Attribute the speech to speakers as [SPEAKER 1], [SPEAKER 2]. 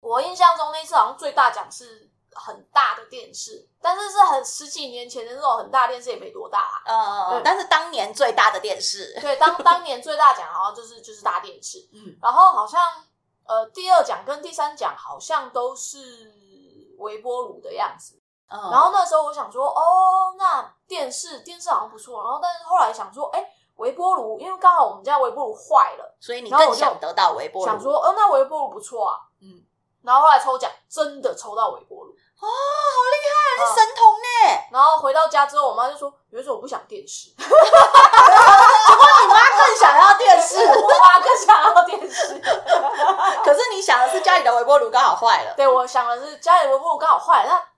[SPEAKER 1] 我印象中那次好像最大奖是很大的电视，但是是很十几年前的那种很大的电视也没多大啦。
[SPEAKER 2] 呃
[SPEAKER 1] 对，
[SPEAKER 2] 但是当年最大的电视，
[SPEAKER 1] 对，当当年最大奖好像就是就是大电视，
[SPEAKER 2] 嗯，
[SPEAKER 1] 然后好像呃第二奖跟第三奖好像都是微波炉的样子。然
[SPEAKER 2] 然
[SPEAKER 1] 后那时候我想说，哦，那电视电视好像不错。然后但是后来想说，哎，微波炉，因为刚好我们家微波炉坏了，
[SPEAKER 2] 所以你
[SPEAKER 1] 然后我
[SPEAKER 2] 更
[SPEAKER 1] 就
[SPEAKER 2] 想得到微波炉，
[SPEAKER 1] 想说，哦，那微波炉不错啊。
[SPEAKER 2] 嗯，哦
[SPEAKER 1] 然后后来抽奖，真的抽到微波炉。嗯
[SPEAKER 2] 哎神童呢？
[SPEAKER 1] 然后回到家之后，我妈就说：“有一种我不想电视，
[SPEAKER 2] 你妈更想要电 视，
[SPEAKER 1] 我妈更想要电视。
[SPEAKER 2] 可是你想的是家里的微波炉刚好坏了，
[SPEAKER 1] 对，我想的是家里微波炉刚好坏了，那